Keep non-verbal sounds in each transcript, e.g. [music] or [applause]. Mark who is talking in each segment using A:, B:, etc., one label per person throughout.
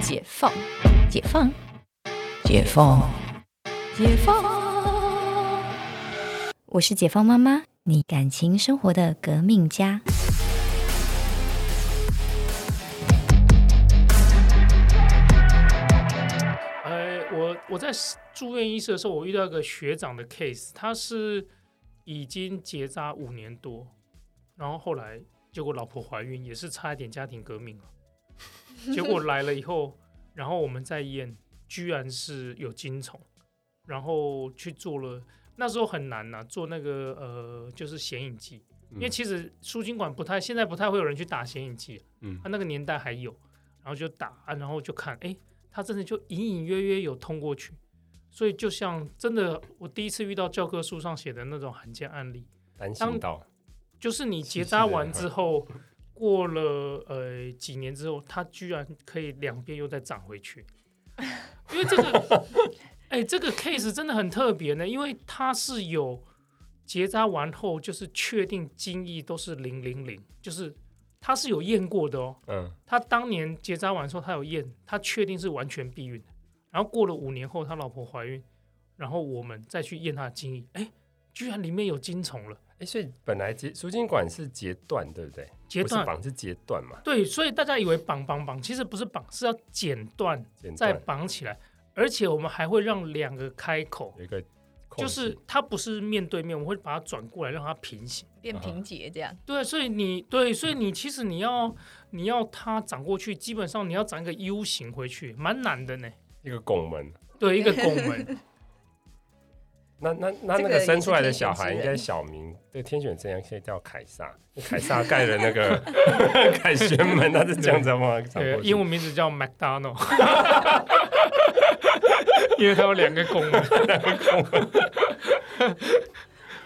A: 解放，解放，解放，解放。
B: 我是解放妈妈，你感情生活的革命家。
C: 哎，我我在住院医师的时候，我遇到一个学长的 case，他是已经结扎五年多，然后后来结果老婆怀孕，也是差一点家庭革命了。结果来了以后，然后我们再验，居然是有精虫，然后去做了。那时候很难呐、做那个呃，就是显影剂，因为其实输精管不太，现在不太会有人去打显影剂，
D: 嗯
C: 他、那个年代还有，然后就打，啊、然后就看，哎、他真的就隐隐约约有通过去，所以就像真的，我第一次遇到教科书上写的那种罕见案例，
D: 单
C: 当
D: 行道，
C: 就是你
D: 细
C: 结
D: 细
C: 扎
D: 的
C: 完
D: 哈
C: 之后，过了呃几年之后，它居然可以两边又再长回去，因为这个，哎、这个 case 真的很特别呢，因为它是有结扎完后就是确定精液都是零零零，就是它是有验过的哦，
D: 嗯，
C: 他当年结扎完之后，他有验，他确定是完全避孕的。然后过了五年后，他老婆怀孕，然后我们再去验他的精液，哎，居然里面有精虫了，
D: 哎，所以本来结输精管是截断，对不对？
C: 截
D: 不是
C: 断。
D: 绑，是截断嘛，
C: 对，所以大家以为绑绑绑，其实不是绑，是要剪断
D: 剪
C: 再
D: 断
C: 绑起来，而且我们还会让两个开口，
D: 有一个空隙，
C: 就是它不是面对面，我们会把它转过来让它平行。
A: 变平结这样，
C: 对，所以你对，所以你其实你要你要它长过去，基本上你要长一个 U 型回去，蛮难的呢。
D: 一个拱门。
C: 对，一个拱门。
D: 那那那
A: 这个
D: 那个生出来的小孩
A: 也是天选之人
D: 应该小名，对，天选之人可以叫凯撒，凯撒盖了那 [laughs] 个凯旋门，他是这样子吗？长
C: 对
D: 过，去
C: 英文名字叫
D: [laughs]
C: McDonald，因为它有两个功
D: [laughs]
C: 能。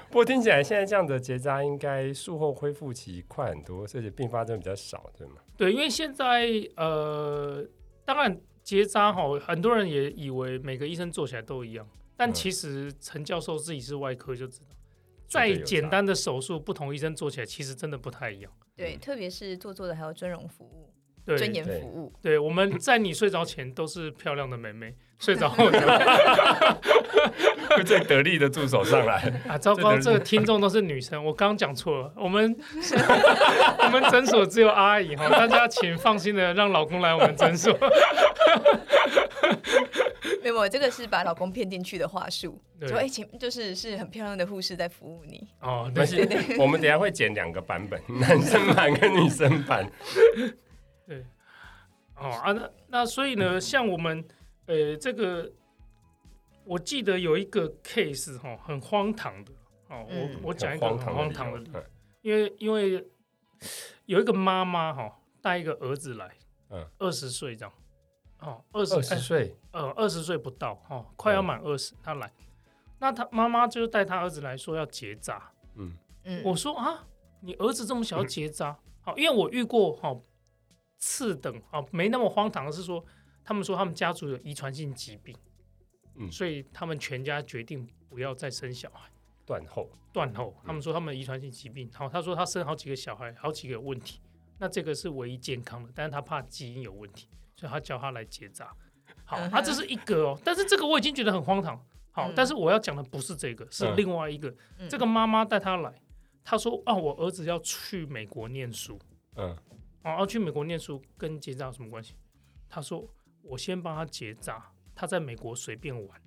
D: 不过听起来现在这样的结扎应该术后恢复期快很多，而且并发症比较少，对 [laughs] 吗？
C: 对，因为现在呃，当然结扎哈，很多人也以为每个医生做起来都一样，但
D: 嗯
C: 其实陈教授自己是外科就知道，
D: 绝对
C: 再
D: 有
C: 简
D: 差
C: 单的手术，不同医生做起来其实真的不太一样。
A: 对，特别是做作的还有尊荣服务、尊
C: 对，
A: 严服务，
C: 对，我们在你睡着前都是漂亮的妹妹，睡着后就
D: 会在得力的助手上来，
C: [laughs] 啊，糟
D: 这
C: 糕，
D: 个
C: 这个听众都是女生，我刚刚讲错了，我们 [laughs] 我们诊所只有阿姨哈，大家请放心的让老公来我们诊所。
A: 没有，没有这个是把老公骗进去的话术。
C: 对
A: 说哎，前就是是很漂亮的护士在服务你，
C: 哦，对
A: [laughs]
D: 但是我们等一下会剪两个版本，男生版跟女生版。
C: 哦啊，那那所以
D: 嗯
C: 呢，像我们呃这个，我记得有一个 case 哈、很荒唐的哦，
A: 嗯
C: 我我讲一个
D: 很
C: 很
D: 荒
C: 荒
D: 唐
C: 唐
D: 的
C: 的
D: 理
C: 例
D: 由
C: 子，因为因为有一个妈妈哈带一个儿子来，
D: 嗯，
C: 二十岁这样，哦，二十
D: 二十岁，
C: 呃二十岁不到哦，快要满二十，他来，那他妈妈就带他儿子来说要结扎。
D: 嗯，
A: 嗯，
C: 我说啊，你儿子这么小要结扎，好、因为我遇过哈、哦、次等啊、哦，没那么荒唐的是说，他们说他们家族有遗传性疾病，
D: 嗯
C: 所以他们全家决定不要再生小孩，
D: 断后，
C: 断后。他们说他们遗传性疾病，好，他说他生好几个小孩，好几个有问题，那这个是唯一健康的，但是他怕基因有问题，所以他叫他来结扎。好，
A: 嗯哼
C: 他、这是一个哦，但是这个我已经觉得很荒唐。好，
A: 嗯
C: 但是我要讲的不是这个，是
D: 嗯
C: 另外一个。
A: 嗯
C: 这个妈妈带他来，他说：“啊，我儿子要去美国念书，
D: 嗯，
C: 啊，要去美国念书跟结扎有什么关系？”他说：“我先帮他结扎，他在美国随便玩。”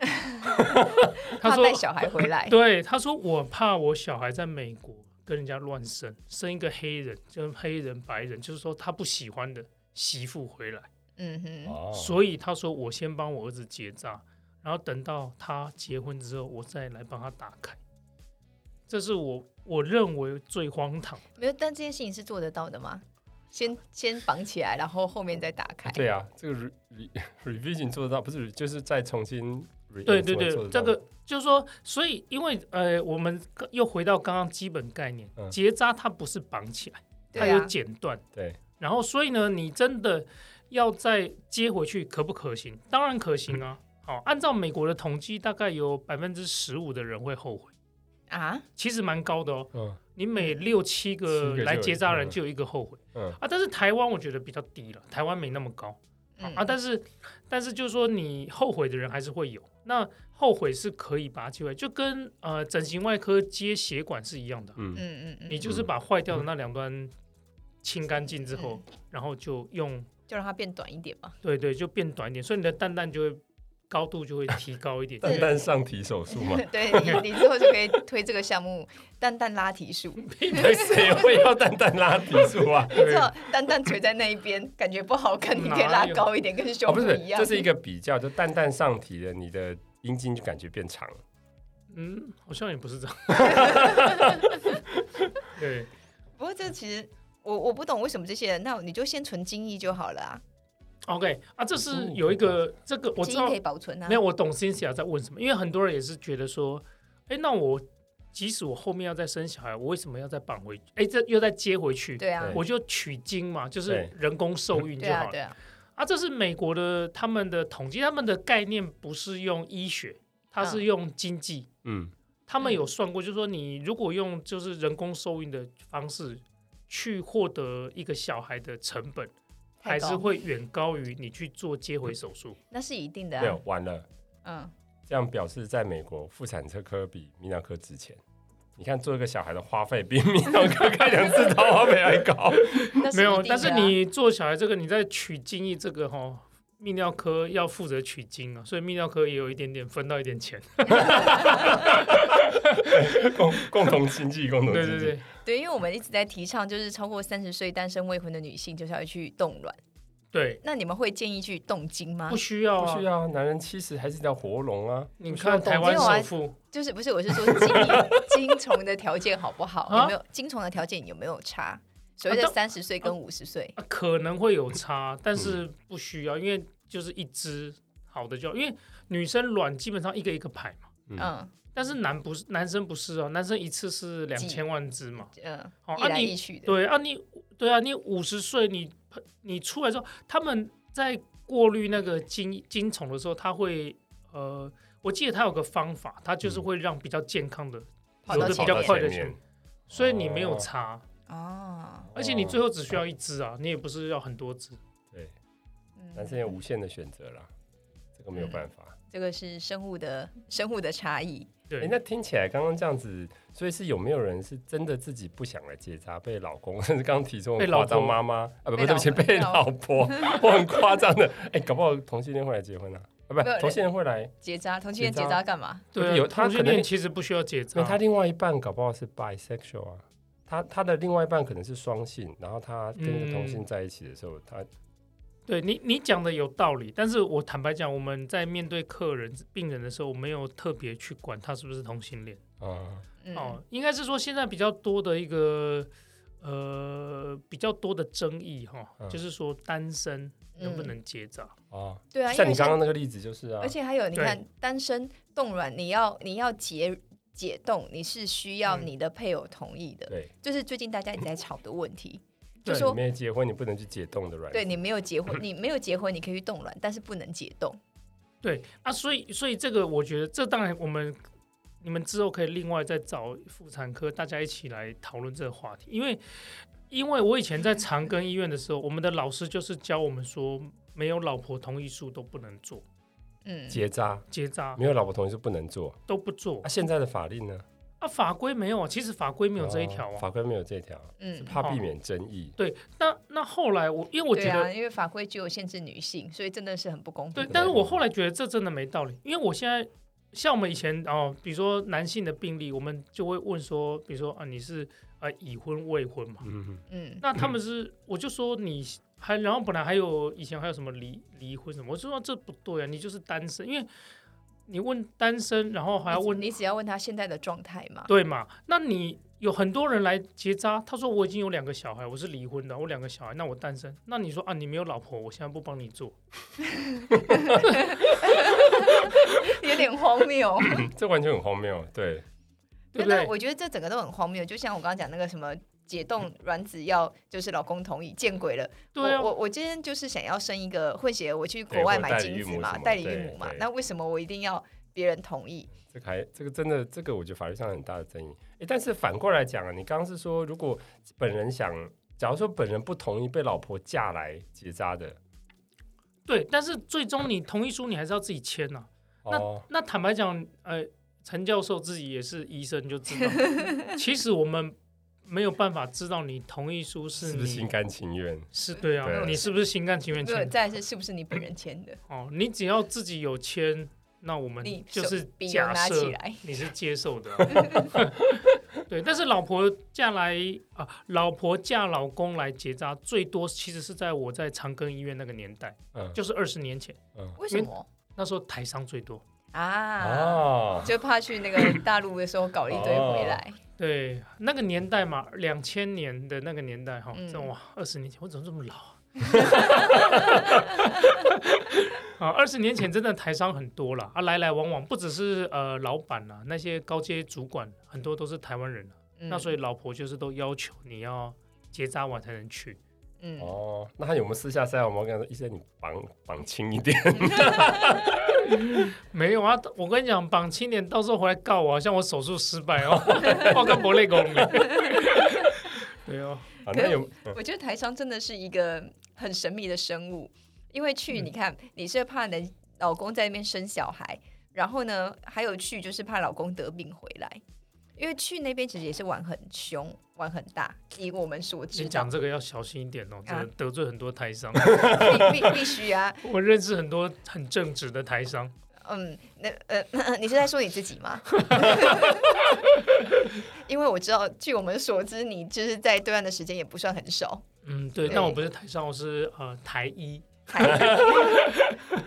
C: 他
A: [laughs] 怕
C: 说
A: 带小孩回来：“，
C: 对，他说我怕我小孩在美国跟人家乱生，生一个黑人，就是黑人白人，就是说他不喜欢的媳妇回来。”
A: 嗯哼，
D: 哦，
C: 所以他说我先帮我儿子结扎，然后等到他结婚之后，我再来帮他打开。这是我我认为最荒唐。
A: 没有，但这件事情是做得到的吗？先先绑起来，然后后面再打开。
D: 对啊，这个 re, [laughs] re, revision 做得到，不是 re- 就是再重新 re,
C: 对对
D: 做
C: 对，
D: 得到
C: 这个就是说，所以因为呃，我们又回到刚刚基本概念，
D: 嗯
C: 结扎它不是绑起来，它
A: 对
C: 有
A: 啊，
C: 剪断，
D: 对，
C: 然后所以呢，你真的要再接回去可不可行？当然可行啊。好，按照美国的统计，大概有百分之十五的人会后悔，
A: 啊，
C: 其实蛮高的哦。
D: 嗯
C: 你每六七
D: 七
C: 个
D: 个
C: 来
D: 就有
C: 结
D: 一
C: 扎
D: 个
C: 人
D: 了
C: 就有一个后悔
D: 嗯
C: 啊。但是台湾我觉得比较低了，台湾没那么高。
A: 嗯
C: 啊，但是但是就是说，你后悔的人还是会有。那后悔是可以拔出来，就跟呃整形外科接血管是一样的啊，
D: 嗯，
A: 嗯嗯嗯，
C: 你就是把坏掉的那两端清干净之后，
A: 嗯
C: 然后就用
A: 就让它变短一点嘛。
C: 对对，就变短一点，所以你的蛋蛋就会高度就会提高
A: [laughs]
C: 一点。
D: 蛋蛋上体手术 [laughs] 嘛，
A: 对你，你之后就可以推这个项目，蛋蛋拉提术，
D: 谁会要蛋蛋拉体术 [laughs] 啊？
A: 你知道蛋蛋垂在那一边，感觉不好看，你可以拉高一点，跟
D: 哦，
A: 胸
D: 不
A: 部
D: 是，
A: 一样。
D: 这是一个比较，就蛋蛋上体的，你的阴茎就感觉变长。
C: 嗯，好像也不是这样。
A: [laughs]
C: 对，
A: 不过这其实我我不懂为什么这些人，那你就先存精液就好了啊，
C: OK 啊，这是有一个这个我知
A: 精液
C: 道
A: 可以保存啊。
C: 没有，我懂 Cynthia 在问什么，因为很多人也是觉得说，哎，那我即使我后面要再生小孩，我为什么要再绑回去？哎，这又再接回去，
A: 对啊
D: 对，
C: 我就取精嘛，就是
D: 对
C: 人工受孕就
A: 对啊，
C: 好了。
A: 对啊，
C: 啊，这是美国的他们的统计，他们的概念不是用医学，
A: 嗯
C: 它是用经济。
D: 嗯，
C: 他们有算过，就是说你如果用就是人工受孕的方式去获得一个小孩的成本，还
A: 太高
C: 是会远高于你去做接回手术。
A: 那是一定的、
D: 没有
A: 啊。，
D: 完了。
A: 嗯，
D: 这样表示，在美国妇产科科比泌尿科值钱。你看，做一个小孩的花费比泌尿科开两次刀花费还高。
A: 那
C: 没有，
A: 一定的啊
C: 但是你做小孩这个，你在取精液这个哈，泌尿科要负责取精啊，所以泌尿科也有一点点分到一点钱。
D: 共 [laughs] 共同经济，共同
C: 对
D: 经
C: 对
D: 济。
C: 对
A: 对，因为我们一直在提倡，就是超过三十岁单身未婚的女性，就是要去冻卵。
C: 对，
A: 那你们会建议去冻精吗
C: 不？需要、啊，
D: 不需要啊，男人七十还是一条活龙啊。
C: 你
A: 不需要啊
C: 看
A: 懂
C: 台湾
A: 这个我还
C: 首富，
A: 就是不是我是说精液精虫的条件好不好？
C: 啊
A: 有没有精虫的条件有没有差？所谓的
C: 啊都
A: 三十岁跟五十岁，
C: 啊可能会有差，但是不需要，因为就是一只好的就好，因为女生卵基本上一个一个排嘛，
A: 嗯
C: 但是男不是男生不是哦，男生一次是两千万只嘛，
A: 嗯，
C: 哦
A: 一
C: 啊
A: 来
C: 你
A: 一去的，
C: 对啊你对啊你五十岁你你出来之后，他们在过滤那个精精虫的时候，他会呃，我记得他有个方法，他就是会让比较健康的
A: 跑
C: 有
A: 到
C: 的比
A: 前
C: 较
A: 面
C: 快的
D: 前
C: 去
D: 面，
C: 所以你没有差。
A: 哦，
C: 而且你最后只需要一只啊，你也不是要很多只。
D: 对，
A: 嗯
D: 哦男生有无限的选择啦，这个没有办法。
A: 这个是生物的生物的差异。
C: 对，
D: 哎、那听起来刚刚这样子，所以是有没有人是真的自己不想来结扎，被老公， [laughs] 甚至刚刚提出
C: 被
D: 很
C: 老
D: 夸张
C: 婆
D: 妈妈啊，不不
A: 被
D: 对不起，
A: 老婆
D: 被老婆， [laughs] 我很夸张的，哎、搞不好同性恋会来结婚啊，啊不
A: 没有，人
D: 同性恋会来，
A: 结扎，同性恋
D: 结
A: 结
D: 扎
A: 扎干嘛？
C: 对啊，
D: 有他
C: 同性
D: 可能
C: 恋其实不需要啊结
D: 因
C: 扎
D: 为，他另外一半搞不好是 bisexual 啊，他他的另外一半可能是双性，然后他跟一个同性在一起的时候，他
C: 对你你讲的有道理，但是我坦白讲，我们在面对客人、病人的时候，我没有特别去管他是不是同性恋、
D: 啊、
A: 嗯，
C: 哦，应该是说现在比较多的一个呃比较多的争议哈、
D: 嗯
C: 就是说单身能不能结扎？
D: 啊，
A: 嗯对啊，因
D: 像
A: 为
D: 你刚
A: 像
D: 刚那个例子就是啊
A: 而，且还有你
C: 对
A: 看单身冻卵，你要你要解解冻，你是需要
C: 嗯
A: 你的配偶同意的，
D: 对，
A: 就是最近大家也在吵的问题，就
C: 对
D: 你
A: 说
D: 没结婚你不能去解冻的软
A: 对
D: 体
A: 你没有结
C: [laughs]
A: 婚，你没有结婚，你可以去冻卵，但是不能解冻。
C: 对啊，所以所以这个我觉得这当然我们你们之后可以另外再找妇产科大家一起来讨论这个话题，因为因为我以前在长庚医院的时候，我们的老师就是教我们说，没有老婆同意书都不能做
A: 嗯，
D: 结扎，
C: 结扎，
D: 没有老婆同意是不能做。
C: 都不做
D: 啊，现在的法令呢？
C: 啊，法规没有啊，其实法规没有这一条
D: 哦
C: 啊。哦
D: 法规没有这一条，
A: 嗯，
D: 怕避免争议。
C: 对，那那后来我因为我觉
A: 对
C: 得
A: 啊，因为法规只有限制女性，所以真的是很不公
C: 对
A: 平。，
C: 但是我后来觉得这真的没道理，因为我现在像我们以前哦，比如说男性的病例，我们就会问说，比如说啊，你是啊已婚未婚嘛？
D: 嗯，
A: 嗯，
C: 那他们是，我就说你还，然后本来还有以前还有什么离离婚什么，我就说这不对啊，你就是单身，因为你问单身，然后还要问
A: 你只要问他现在的状态
C: [laughs]
A: 嘛。
C: 对嘛？那你有很多人来结扎，他说我已经有两个小孩，我是离婚的，我两个小孩，那我单身。那你说啊，你没有老婆，我现在不帮你做，
A: 有点荒谬。
D: 这完全很荒谬。对，
C: 对不
A: 那
C: 对？
A: 哎我觉得这整个都很荒谬，就像我刚刚讲那个什么解冻卵子要就是老公同意，见鬼了！
C: 嗯对啊
A: 我我我今天就是想要生一个混血儿，我去国
D: 对
A: 外
D: 或
A: 买
D: 代理
A: 精
D: 孕
A: 子
D: 母
A: 嘛
D: 什，么
A: 代理
D: 对
A: 孕母嘛
D: 对，
A: 那为什么我一定要别人同意？
D: 这个还这个真的，这个我觉得法律上很大的争议。诶，但是反过来讲啊，你刚刚是说，如果本人想，假如说本人不同意被老婆嫁来结扎的，
C: 对，但是最终你同意书你还是要自己签呐、
D: 哦，
C: 那坦白讲，呃，陈教授自己也是医生，就知道，
A: [laughs]
C: 其实我们没有办法知道你同意书是
D: 是
C: 你
D: 不是心甘情愿？
C: 是对啊，
D: 对
C: 你是不是心甘情愿
A: 对，
C: 签？
A: 再来是是不是你本人签的？
C: 哦，你只要自己有签，那我们
A: 你
C: 就
A: 手
C: 是
A: 笔有
C: 假
A: 拿
C: 设
A: 起来，
C: 你是接
A: [laughs]
C: 受的啊。对，但是老婆嫁来啊，老婆嫁老公来结扎，最多其实是在我在长庚医院那个年代，
D: 嗯
C: 就是二十年前，
D: 嗯
A: 为什么
C: 那时候台商最多。
A: 啊？
D: 哦，
A: 就怕去那
C: [coughs]
A: 个大陆的时候搞一堆回来，
C: 哦对，那个年代嘛，两千年的那个年代哈，
A: 嗯
C: 这哇，二十年前我怎么这么老啊？
A: [laughs]
C: 啊，二十年前真的台商很多啦，啊，来来往往不只是呃老板啦，那些高阶主管很多都是台湾人啊
A: 嗯
C: 那所以老婆就是都要求你要结扎完才能去，
A: 嗯，
D: 哦，那他有没有私下塞我们跟他说，医生你绑绑轻
A: [laughs]
D: 一点？
C: 没有啊，我跟你讲，绑青年到时候回来告我，好像我手术失败
A: [laughs]
C: 哦，我跟博累公对哦，
D: 啊，
A: 可
D: 那
A: 是
D: 有嗯
A: 我觉得台商真的是一个很神秘的生物，因为
C: 嗯
A: 去你看，你是怕你的老公在那边生小孩，然后呢，还有去就是怕老公得病回来，因为去那边其实也是玩很凶，玩很大，以我们所
C: 你
A: 知道
C: 讲，这个要小心一点哦，这个
A: 啊
C: 得罪很多台商。
A: 必必必须啊，
C: 我认识很多很正直的台商，
A: 嗯，那呃， [laughs] 你是在说你自己吗？ [laughs] 因为我知道，据我们所知，你就是在对岸的时间也不算很少，
C: 嗯，对，
A: 对
C: 但我不是台商，我是呃台一，
D: [laughs]
A: 才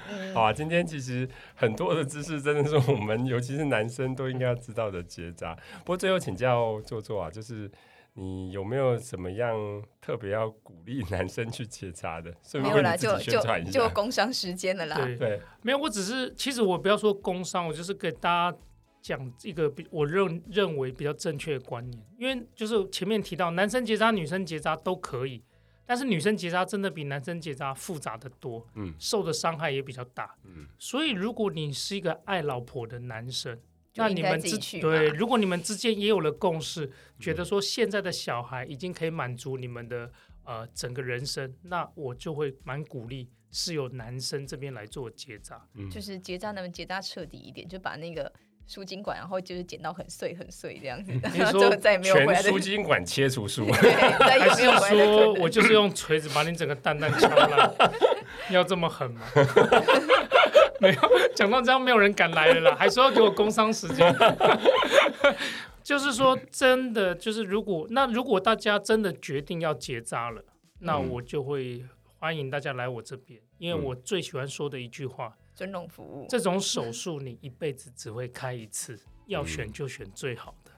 A: 嗯
D: 好啊，今天其实很多的知识真的是我们，尤其是男生都应该要知道的结扎。不过最后请教做做啊，就是你有没有什么样特别要鼓励男生去结
A: [laughs]
D: 扎的？顺
A: 没
D: 便
A: 有啦，
D: 为你
A: 就
D: 自己
A: 就
D: 宣传一
A: 就
D: 下。
A: 工伤时间了啦。
C: 对，
D: 对，
C: 没有，我只是其实我不要说工商，我就是给大家讲一个比我认认为比较正确的观念，因为就是前面提到男生结扎、女生结扎都可以，但是女生结扎真的比男生结扎复杂的多，
D: 嗯
C: 受的伤害也比较大，
D: 嗯，
C: 所以如果你是一个爱老婆的男生。
A: 就
C: 那
A: 应
C: 你
A: 该
C: 们
A: 自己
C: 之
A: 去
C: 对，
A: 嘛
C: 如果你们之间也有了共识，觉得说现在的小孩已经可以满足你们的呃整个人生，那我就会蛮鼓励是由男生这边来做结扎。
D: 嗯
A: 就是结扎能结扎彻底一点，就把那个输精管，然后就是剪到很碎很碎这样子，[laughs]
C: 你
A: 然后
C: 说
A: 就再也没有回
D: 全
A: 来的
D: 输，精管切除术，
A: 对， [laughs] 再
C: [laughs] 还
A: 也
C: 是
A: 没有回来的
C: 说
A: 可能
C: 我就是用锤子把你整个蛋蛋敲烂？ [laughs] 要这么狠吗？ [laughs] 没有，讲到这样没有人敢来了啦，还说要给我工伤时间。 [laughs] 就是说，真的，就是如果那如果大家真的决定要结扎了，那
D: 嗯
C: 我就会欢迎大家来我这边，因为
D: 嗯
C: 我最喜欢说的一句话：
A: 尊荣服务，
C: 这种手术你一辈子只会开一次，要选就选最好的。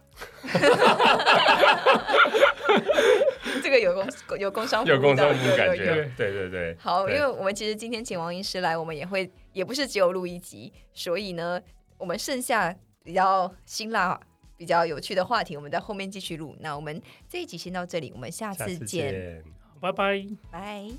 A: 这个有工有工伤服务
D: 有共
A: 到
D: 振不感
A: 有有有
D: 觉？对
A: [laughs]
D: 对对，
A: 好，因
D: 对
A: 为我们其实今天请王医师来，我们也会也不是只有录一集，所以呢，我们剩下比较辛辣、比较有趣的话题，我们在后面继续录。那我们这一集先到这里，我们下
D: 下
A: 次
D: 次
A: 见，
D: 见。
C: 拜拜。
A: 拜。